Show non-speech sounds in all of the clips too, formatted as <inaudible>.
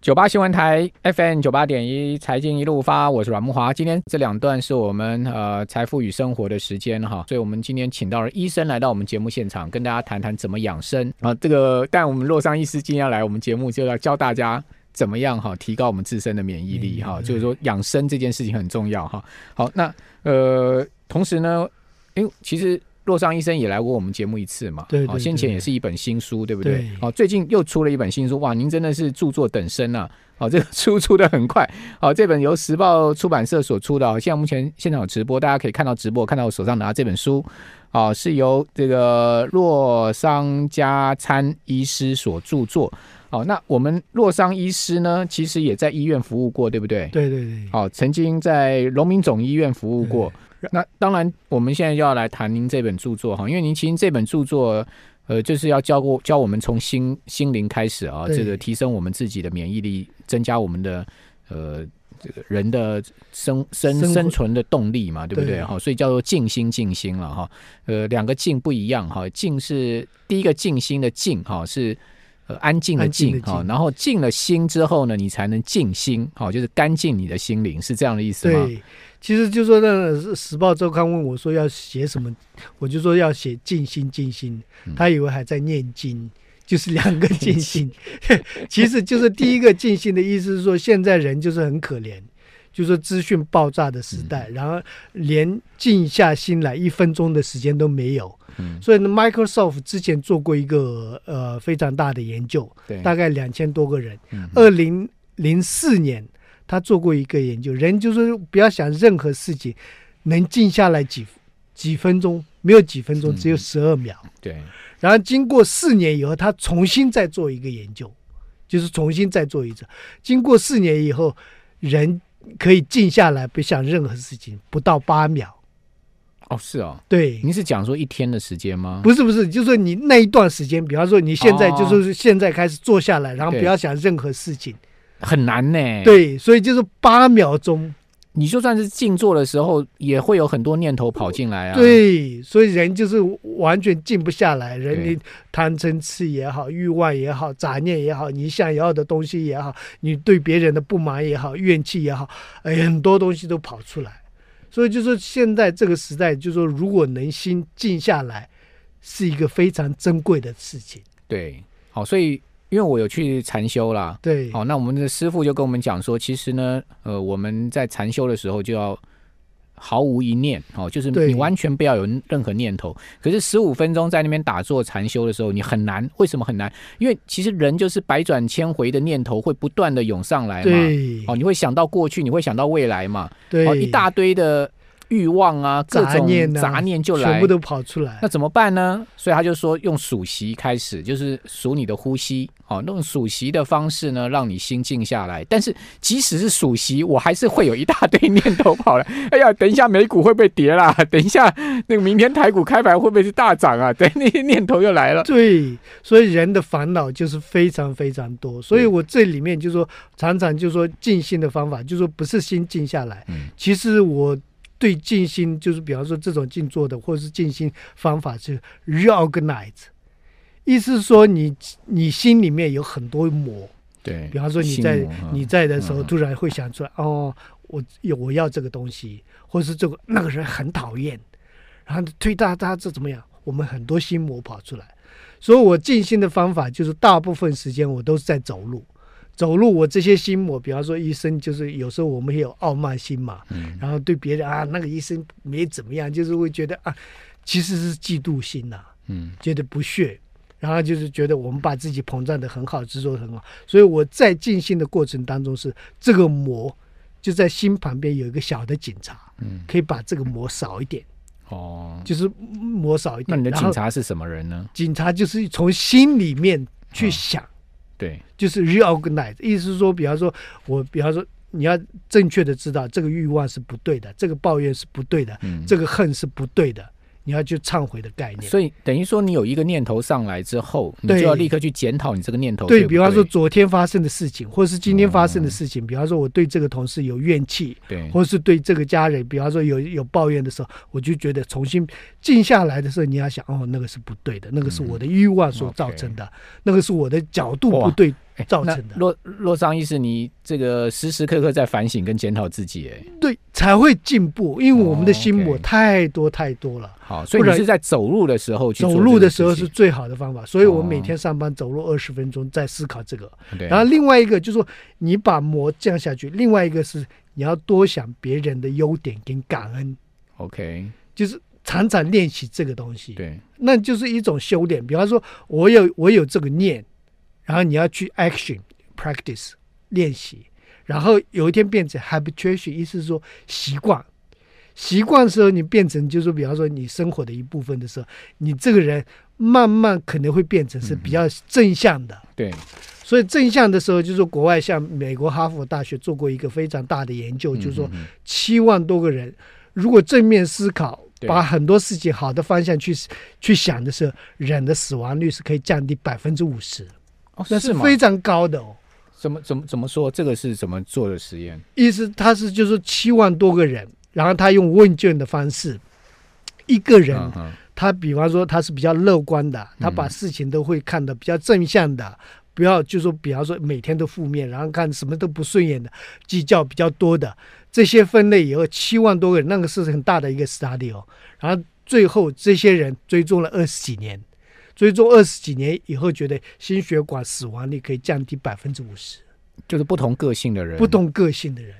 九八新闻台 FM 九八点一财经一路发，我是阮木华。今天这两段是我们呃财富与生活的时间哈，所以我们今天请到了医生来到我们节目现场，跟大家谈谈怎么养生啊。这个，但我们洛桑医师今天要来我们节目，就要教大家怎么样哈，提高我们自身的免疫力嗯哈，就是说养生这件事情很重要哈。好，那呃，同时呢，因为其实。洛桑医生也来过我们节目一次嘛，对对哦，先前对也是一本新书，对不对对？哦，最近又出了一本新书，哇，您真的是著作等身啊！哦，这个 <laughs> 书出的很快，哦，这本由时报出版社所出的，哦现在目前现场有直播，大家可以看到直播，看到我手上拿这本书，哦，是由这个洛桑加参医师所著作。哦，那我们洛桑医师呢，其实也在医院服务过，对不对？对对对，好、曾经在荣民总医院服务过。嗯那当然，我们现在就要来谈您这本著作哈，因为您其实这本著作，呃，就是要教过教我们从心心灵开始啊，对这个提升我们自己的免疫力，增加我们的呃这个人的生生生活生存的动力嘛，对不对？对哈、所以叫做静心静心了哈。呃，两个静不一样哈，静是第一个静心的静哈是。呃，安静的安静静的哈，静然后静了心之后呢，你才能静心，好、就是干净你的心灵，是这样的意思吗？对，其实就说那个《时报周刊》问我说要写什么，我就说要写静心静心，嗯他以为还在念经。就是两个静心， <laughs> 其实就是第一个静心的意思是说，现在人就是很可怜，就是说资讯爆炸的时嗯代，然后连静下心来一分钟的时间都没有。嗯所以呢，Microsoft 之前做过一个呃非常大的研究，对大概两千多个人嗯。二零零四年，他做过一个研究，人就是不要想任何事情，能静下来几几分钟，没有几分钟，嗯只有十二秒。对，然后经过四年以后，他重新再做一个研究，就是重新再做一次。经过四年以后，人可以静下来，不想任何事情，不到八秒。哦，是哦，对，您是讲说一天的时间吗？不是不是，就是说你那一段时间，比方说你现在哦就是现在开始坐下来，然后对不要想任何事情。很难呢。，对，所以就是八秒钟。你就算是静坐的时候，也会有很多念头跑进来啊。，对，所以人就是完全静不下来，人对你贪嗔痴也好，欲望也好，杂念也好，你想要的东西也好，你对别人的不满也好，怨气也好，哎，很多东西都跑出来。所以就是现在这个时代，就是说如果能心静下来，是一个非常珍贵的事情。对，好，所以因为我有去禅修啦，对，好，那我们的师傅就跟我们讲说，其实呢，呃，我们在禅修的时候就要毫无一念，哦，就是对你完全不要有任何念头。可是十五分钟在那边打坐禅修的时候，你很难，为什么很难？因为其实人就是百转千回的念头会不断的涌上来嘛，对，哦，你会想到过去，你会想到未来嘛，对，哦，一大堆的欲望啊，各杂种念啊杂念就来，全部都跑出来那。怎么办呢？所以他就说用数息开始，就是数你的呼吸，哦，用数息的方式呢，让你心静下来。但是即使是数息，我还是会有一大堆念头跑来。 <laughs> 哎呀，等一下美股会不会跌啦？ <laughs> 等一下那个明天台股开盘会不会是大涨啊？对，那些念头又来了。对，所以人的烦恼就是非常非常多。所以我这里面就说，常常就说静心的方法，就说不是心静下来。嗯其实我对静心，就是比方说这种静坐的，或者是静心方法是 reorganize，意思是说你你心里面有很多魔，对，比方说你在心魔啊你在的时候，嗯突然会想出来，哦，我有我要这个东西，或是这个那个人很讨厌，然后推他他这怎么样？我们很多心魔跑出来，所以我静心的方法就是大部分时间我都是在走路。走路，我这些心魔，比方说医生，就是有时候我们也有傲慢心嘛，嗯然后对别人啊，那个医生没怎么样，就是会觉得啊，其实是嫉妒心呐、嗯觉得不屑，然后就是觉得我们把自己膨胀的很好，制作得很好。所以我在静心的过程当中是，这个魔就在心旁边有一个小的警察，嗯可以把这个魔少一点，哦，就是魔少一那点。你的嗯然警后察是什么人呢？警察就是从心里面去想，对，就是 reorganize，意思是说，比方说我，比方说。你要正确的知道这个欲望是不对的，这个抱怨是不对的，嗯，这个恨是不对的，你要去忏悔的概念。所以等于说，你有一个念头上来之后，你就对要立刻去检讨你这个念头对不比方说昨天发生的事情，或是今天发哦生的事情，比方说我对这个同事有怨气，对，或是对这个家人，比方说有有抱怨的时候，我就觉得重新静下来的时候，你要想，哦，那个是不对的，那个是嗯我的欲望所造成的，那个是我的角度不对哎造成那的，洛洛桑医师，你这个时时刻刻在反省跟检讨自己，哎，对才会进步，因为我们的心哦魔，OK 太多太多了。好，所以不你然是在走路的时候去做走路这的个时候事是情，最好的方法，所以我每哦天上班走路二十分钟，在思考这个。对，然后另外一个就是说，你把膜降下去；另外一个是你要多想别人的优点跟感恩， OK，就是常常练习这个东西，对，那就是一种修炼。比方说，我有我有这个念，然后你要去 action practice 练习，然后有一天变成 habituation，意思是说习惯。习惯的时候，你变成就是，比方说你生活的一部分的时候，你这个人慢慢可能会变成是比较正向的。对，所以正向的时候，就是国外像美国哈佛大学做过一个非常大的研究，就是说嗯嗯嗯七万多个人，如果正面思考，对把很多事情好的方向去去想的时候，人的死亡率是可以降低百分之五十，哦，那是是吗非常高的哦。怎么怎么怎么说？这个是怎么做的实验？意思他是就是七万多个人，然后他用问卷的方式，一个人嗯嗯他比方说他是比较乐观的，他把事情都会看得比较正向的，不要就说比方说每天都负面，然后看什么都不顺眼的，计较比较多的这些分类以后，七万多个人，那个是很大的一个 study 哦。然后最后这些人追踪了二十几年，追踪二十几年以后，觉得心血管死亡率可以降低百分之五十，就是不同个性的人，哦不同个性的人。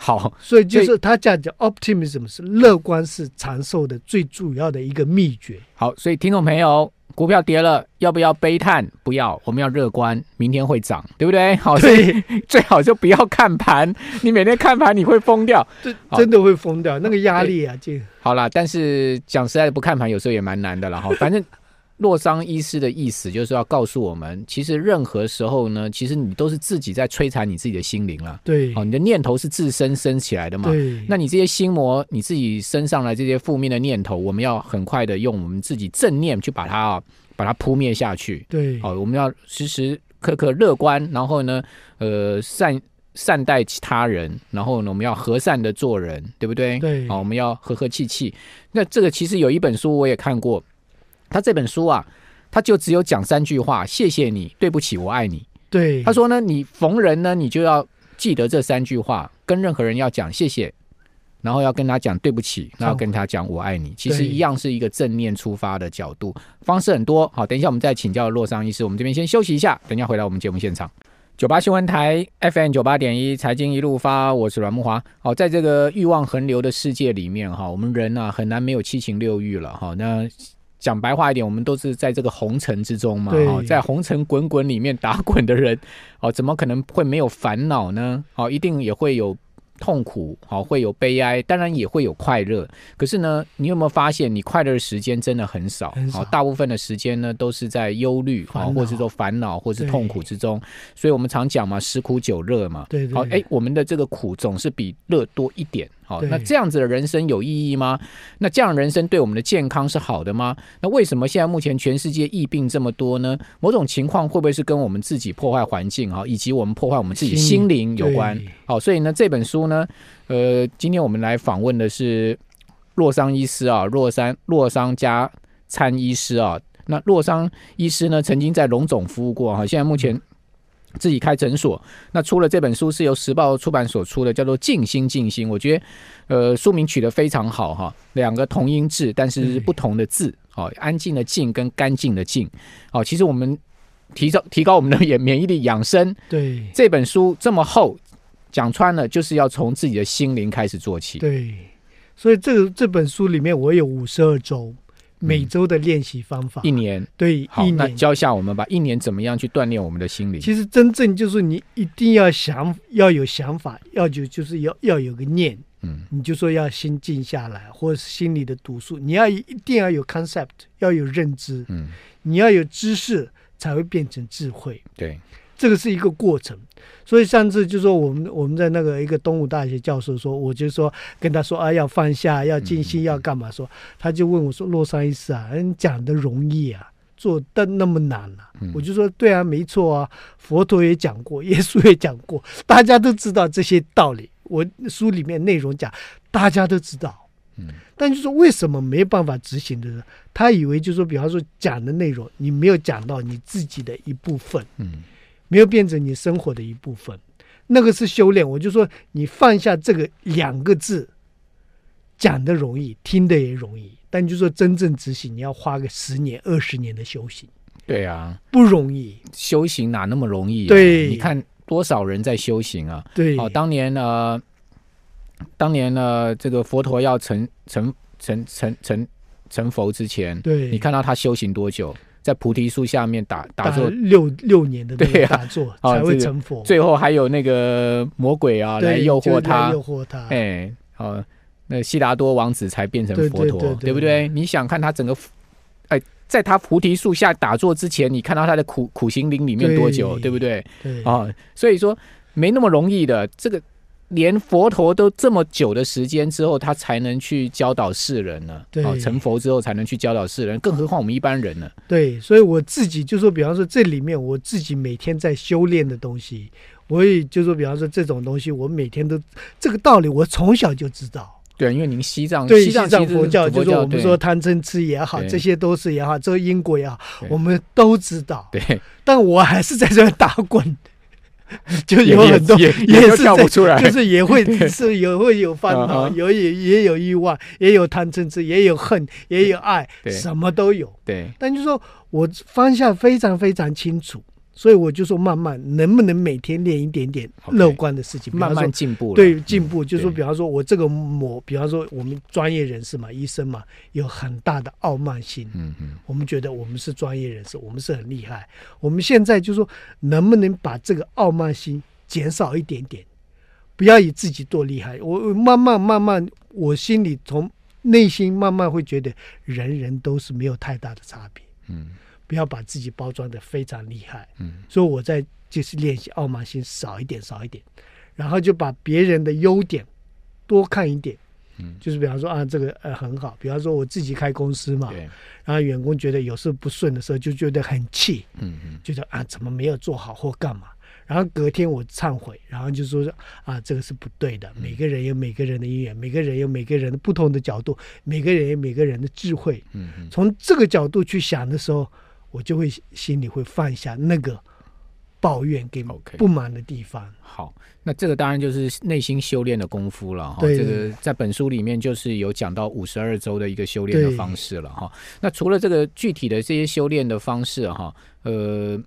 好，所以就是他讲讲 optimism 是乐观是长寿的最主要的一个秘诀。好，所以听众朋友，股票跌了，要不要悲叹？不要，我们要乐观，明天会涨，对不对？好，啊所以最好就不要看盘，你每天看盘你会疯掉。这好真的会疯掉，那个压力啊，这好啦，但是讲实在的，不看盘有时候也蛮难的了哈。反正 <laughs> 洛桑医师的意思就是要告诉我们，其实任何时候呢，其实你都是自己在摧残你自己的心灵了。对哦，你的念头是自身升起来的嘛？对，那你这些心魔，你自己身上来这些负面的念头，我们要很快的用我们自己正念去把它啊、把它扑灭下去。对哦，我们要时时刻刻乐观，然后呢，呃，善善待其他人，然后呢，我们要和善的做人，对不对？对哦，我们要和和气气。那这个其实有一本书我也看过，他这本书啊，他就只有讲三句话：谢谢你，对不起，我爱你。对，他说呢，你逢人呢，你就要记得这三句话，跟任何人要讲谢谢，然后要跟他讲对不起，然后跟他讲我爱你。其实对一样是一个正念出发的角度，方式很多。好，等一下我们再请教洛桑医师，我们这边先休息一下，等一下回来我们节目现场。九八新闻台 FM 九八点一财经一路发，我是阮木华。好，在这个欲望横流的世界里面哈，我们人啊很难没有七情六欲了哈。那讲白话一点，我们都是在这个红尘之中嘛，对哈，在红尘滚滚里面打滚的人， <laughs> 哦，怎么可能会没有烦恼呢？哦，一定也会有痛苦，哦，会有悲哀，当然也会有快乐。可是呢，你有没有发现，你快乐的时间真的很少，很少哦，大部分的时间呢都是在忧虑，烦哦，恼或是说烦恼，或是痛苦之中。所以我们常讲嘛，十苦九乐嘛。对对好，哎，我们的这个苦总是比乐多一点。好，对那这样子的人生有意义吗？那这样的人生对我们的健康是好的吗？那为什么现在目前全世界疫病这么多呢？某种情况会不会是跟我们自己破坏环境哈，以及我们破坏我们自己心心灵有关？对好，所以呢，这本书呢，呃，今天我们来访问的是洛桑医师啊，洛桑洛桑加参医师啊。那洛桑医师呢，曾经在龙总服务过哈、现在目前自己开诊所。那出了这本书是由时报出版所出的，叫做《静心静心》。我觉得，呃，书名取得非常好哈、两个同音字，但是对不同的字。哦，安静的静跟干净的静。哦，其实我们提高提高我们的免免疫力，养生对这本书这么厚，讲穿了就是要从自己的心灵开始做起。对，所以这个这本书里面我有五十二周，每周的练习方法，一年，对，嗯好一，那年。教一下我们吧，一年怎么样去锻炼我们的心灵？其实真正就是你一定要想，要有想法，要就就是要要有个念，嗯，你就说要心静下来，或者是心里的毒素，你要一定要有 concept，要有认知，嗯，你要有知识才会变成智慧。对，这个是一个过程。所以上次就说我们我们在那个一个东吴大学教授说，我就说跟他说啊要放下，要静心，要干嘛说，他就问我说洛桑医师啊，你讲的容易啊，做的那么难啊？我就说对啊，没错啊，佛陀也讲过， <laughs> 耶稣也讲过，大家都知道这些道理。我书里面内容讲，大家都知道。嗯，但就是为什么没办法执行的呢？他以为就是说，比方说讲的内容，你没有讲到你自己的一部分，嗯，没有变成你生活的一部分，那个是修炼。我就说，你放下这个两个字，讲的容易，听的也容易，但就说真正执行，你要花个十年、二十年的修行，对啊，不容易。修行哪那么容易、啊？对你看多少人在修行啊？对，哦，当年呃，当年呢，这个佛陀要成成成成成成佛之前，对，你看到他修行多久，在菩提树下面打打打坐，六六年的那对个啊打坐哦才会这个成佛，最后还有那个魔鬼啊来对诱就惑是他来，诱惑他，哎，好、那悉达多王子才变成对佛对陀，对对不对？你想看他整个，哎，在他菩提树下打坐之前，你看到他的苦苦行林里面多久，对对不对？对啊、所以说没那么容易的。这个连佛陀都这么久的时间之后，他才能去教导世人呢。对哦成佛之后才能去教导世人，更何况我们一般人呢？对，所以我自己就说，比方说这里面我自己每天在修炼的东西，我也就说，比方说这种东西，我每天都这个道理，我从小就知道。对，因为您西藏嗯对西西藏藏其实是佛教，就是我们对说贪嗔痴也好，对这些都是也好，这个因果也好对，我们都知道。 <laughs> 对，但我还是在这儿打 <laughs> 滚，就也有很多也 <laughs> 也也是跳在不出来，就是 <laughs> 也会是也会有烦恼，啊哈有也也有欲望，也有贪嗔痴，也有恨，也有爱，对什么都有。对但就是说我方向非常非常清楚，所以我就说慢慢能不能每天练一点点 OK 乐观的事情，比方慢慢说进步了，对嗯进步，就是说对比方说我这个某，比方说我们专业人士嘛，医生嘛，有很大的傲慢心。嗯嗯，我们觉得我们是专业人士，我们是很厉害。我们现在就说，能不能把这个傲慢心减少一点点，不要以自己多厉害。我我慢慢慢慢，我心里从内心慢慢会觉得，人人都是没有太大的差别。嗯，不要把自己包装的非常厉害。嗯，所以我在就是练习傲慢心少一点，少一点，然后就把别人的优点多看一点。嗯，就是比方说啊，这个呃很好。比方说我自己开公司嘛，对，然后员工觉得有事不顺的时候，就觉得很气，嗯嗯觉得啊怎么没有做好或干嘛。然后隔天我忏悔，然后就说啊这个是不对嗯的。每个人有每个人的因缘，每个人有每个人的不同的角度，每个人有每个人的智慧。嗯嗯，从这个角度去想的时候，我就会心里会放下那个抱怨跟 OK 不满的地方。好，那这个当然就是内心修炼的功夫了哈。对这个在本书里面就是有讲到五十二周的一个修炼的对方式了哈。那除了这个具体的这些修炼的方式哈，呃，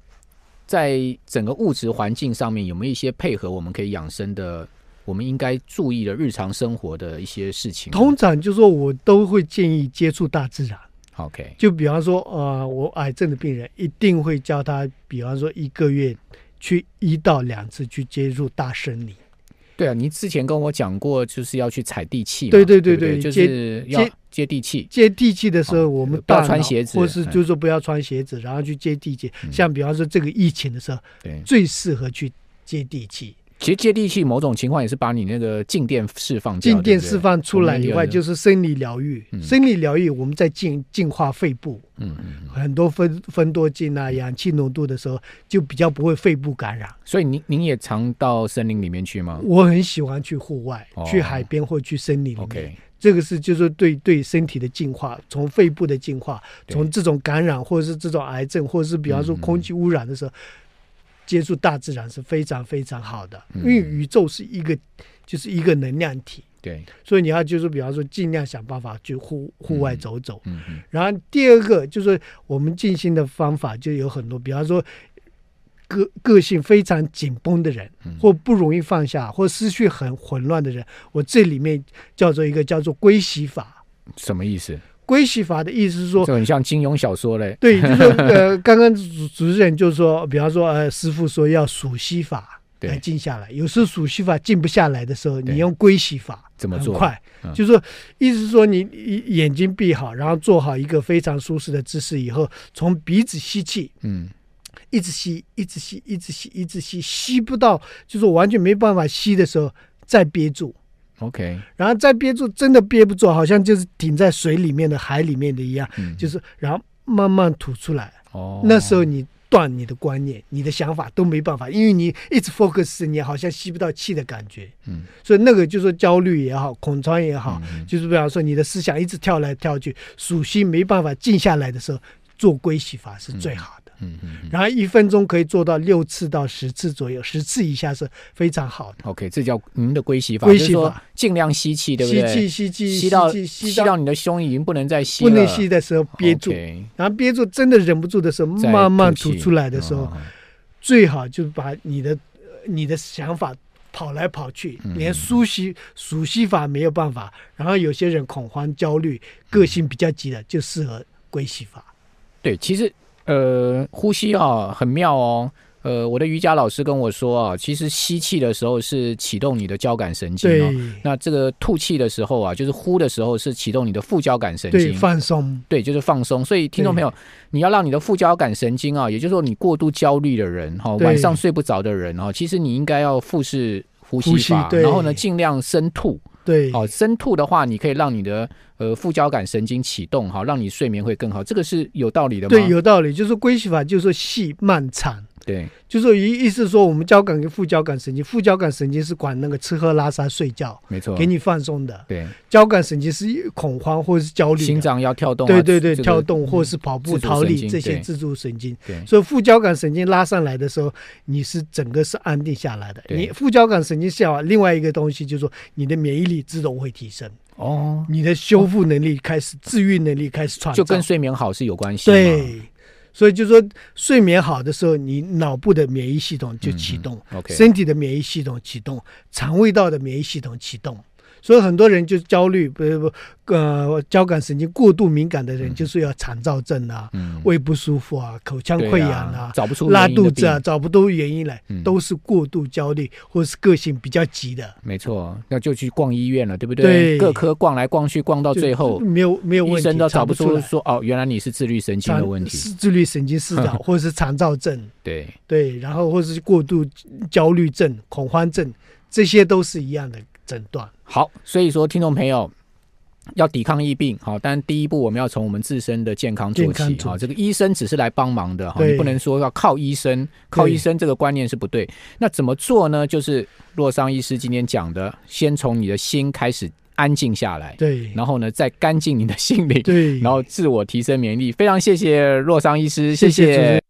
在整个物质环境上面有没有一些配合我们可以养生的，我们应该注意的日常生活的一些事情呢？通常就说我都会建议接触大自然。 OK，就比方说，呃，我癌症的病人一定会教他，比方说一个月去一到两次去接触大森林，对啊，你之前跟我讲过，就是要去踩地气嘛，对对对不对对，对就是要接接地气。接地气的时候，哦我们不要大脑穿鞋子或是嗯就是说不要穿鞋子，然后去接地气。像比方说这个疫情的时候，对，最适合去接地气。其实接地气某种情况也是把你那个静电释放掉，静电对不对释放出来以我们外，有的就是生理疗愈嗯。生理疗愈，我们在净净化肺部，嗯嗯嗯。很多分分多精啊、氧气浓度的时候，就比较不会肺部感染。所以您您也常到森林里面去吗我很喜欢去户外嗯哦，去海边或去森林里面。 ？OK，这个是就是说对对身体的净化，从肺部的净化，对从这种感染或者是这种癌症，或者是比方说嗯嗯空气污染的时候，接触大自然是非常非常好的。嗯因为宇宙是一个就是一个能量体，对，所以你要就是比方说尽量想办法去户户外走走。嗯嗯然后第二个就是我们静心的方法就有很多，比方说个个性非常紧绷的人嗯，或不容易放下，或思绪很混乱的人，我这里面叫做一个叫做归习法。什么意思？归习法的意思是说，这很像金庸小说嘞。 <laughs> 对，就是呃，刚刚主主持人就说，比方说呃，师傅说要数息法对来静下来，有时候数息法静不下来的时候，对你用归息法怎么做很快，嗯就是说意思是说你你眼睛闭好，然后做好一个非常舒适的姿势以后，从鼻子吸气，嗯一直吸，一直吸，一直吸，一直吸，吸不到就是我完全没办法吸的时候再憋住， OK，然后再憋住，真的憋不住，好像就是停在水里面的海里面的一样，嗯，就是然后慢慢吐出来。哦，那时候你断你的观念、你的想法都没办法，因为你一直 focus，你好像吸不到气的感觉。嗯，所以那个就是说焦虑也好，恐慌也好，嗯就是比方说你的思想一直跳来跳去，属心没办法静下来的时候，做归息法是最好的。嗯嗯嗯然后一分钟可以做到六次到十次左右，十次以下是非常好的。 ，OK，这叫您的归息法，归就是息说法尽量吸气，对不吸对？气，吸气，吸到气，吸到你的胸已经不能再吸不了，能吸的时候憋住， OK，然后憋住真的忍不住的时候，再慢慢吐吐气出来的时候，哦最好就是把你的呃你的想法跑来跑去，嗯连梳洗数息法没有办法。然后有些人恐慌、焦虑、嗯个性比较急的，就适合归息法。对，其实呃，呼吸啊很妙哦。呃，我的瑜伽老师跟我说啊，其实吸气的时候是启动你的交感神经哦对。那这个吐气的时候啊，就是呼的时候是启动你的副交感神对，经，放松。对，就是放松。所以听众朋友，你要让你的副交感神经啊，也就是说你过度焦虑的人哈、对晚上睡不着的人哈、其实你应该要腹式呼吸呼吸法，对然后呢尽量深吐。对，哦，深吐的话，你可以让你的呃副交感神经启动，好，让你睡眠会更好。这个是有道理的吗？对，有道理。就是归息法，就是说细慢长。对就是说意意思说，我们交感跟副交感神经，副交感神经是管那个吃喝拉撒睡觉，没错，给你放松的；对交感神经是恐慌或者是焦虑的，心脏要跳动、啊，对对对，这个跳动或是跑步、自主逃神离经这些对自主神经。对所以副交感神经拉上来的时候，你是整个是安定下来的。对你副交感神经下滑，另外一个东西就是说，你的免疫力自动会提升，哦，你的修复能力开始，治愈能力开始创造。就跟睡眠好是有关系嘛。嗯对，所以就说睡眠好的时候，你脑部的免疫系统就启动，嗯嗯，OK 身体的免疫系统启动，肠胃道的免疫系统启动。所以很多人就焦虑，不不，呃，交感神经过度敏感的人，就是要肠燥症啊、嗯，胃不舒服啊、口腔对溃疡啊啊，、找不出拉原因的肚子啊，病，找不到原因来，嗯都是过度焦虑或是个性比较急的。没错，那就去逛医院了，对不对各科逛来逛去，逛到最后就，没有没有问医题，生都找不不出来说哦，原来你是自律神经的肠问题。是自律神经失 <laughs> 调或者是肠燥症。对，对，然后或者是过度焦虑症、恐慌症，这些都是一样的诊断。好，所以说听众朋友。要抵抗疫病，好，但第一步我们要从我们自身的健康做健起康，做好，这个医生只是来帮忙的，哈，对你不能说要靠医生，靠对医生这个观念是不对。那怎么做呢？就是洛桑医师今天讲的，先从你的心开始安静下来，对，然后呢，再干净你的心灵，对，然后自我提升免疫力。非常谢谢洛桑医师，谢谢主持人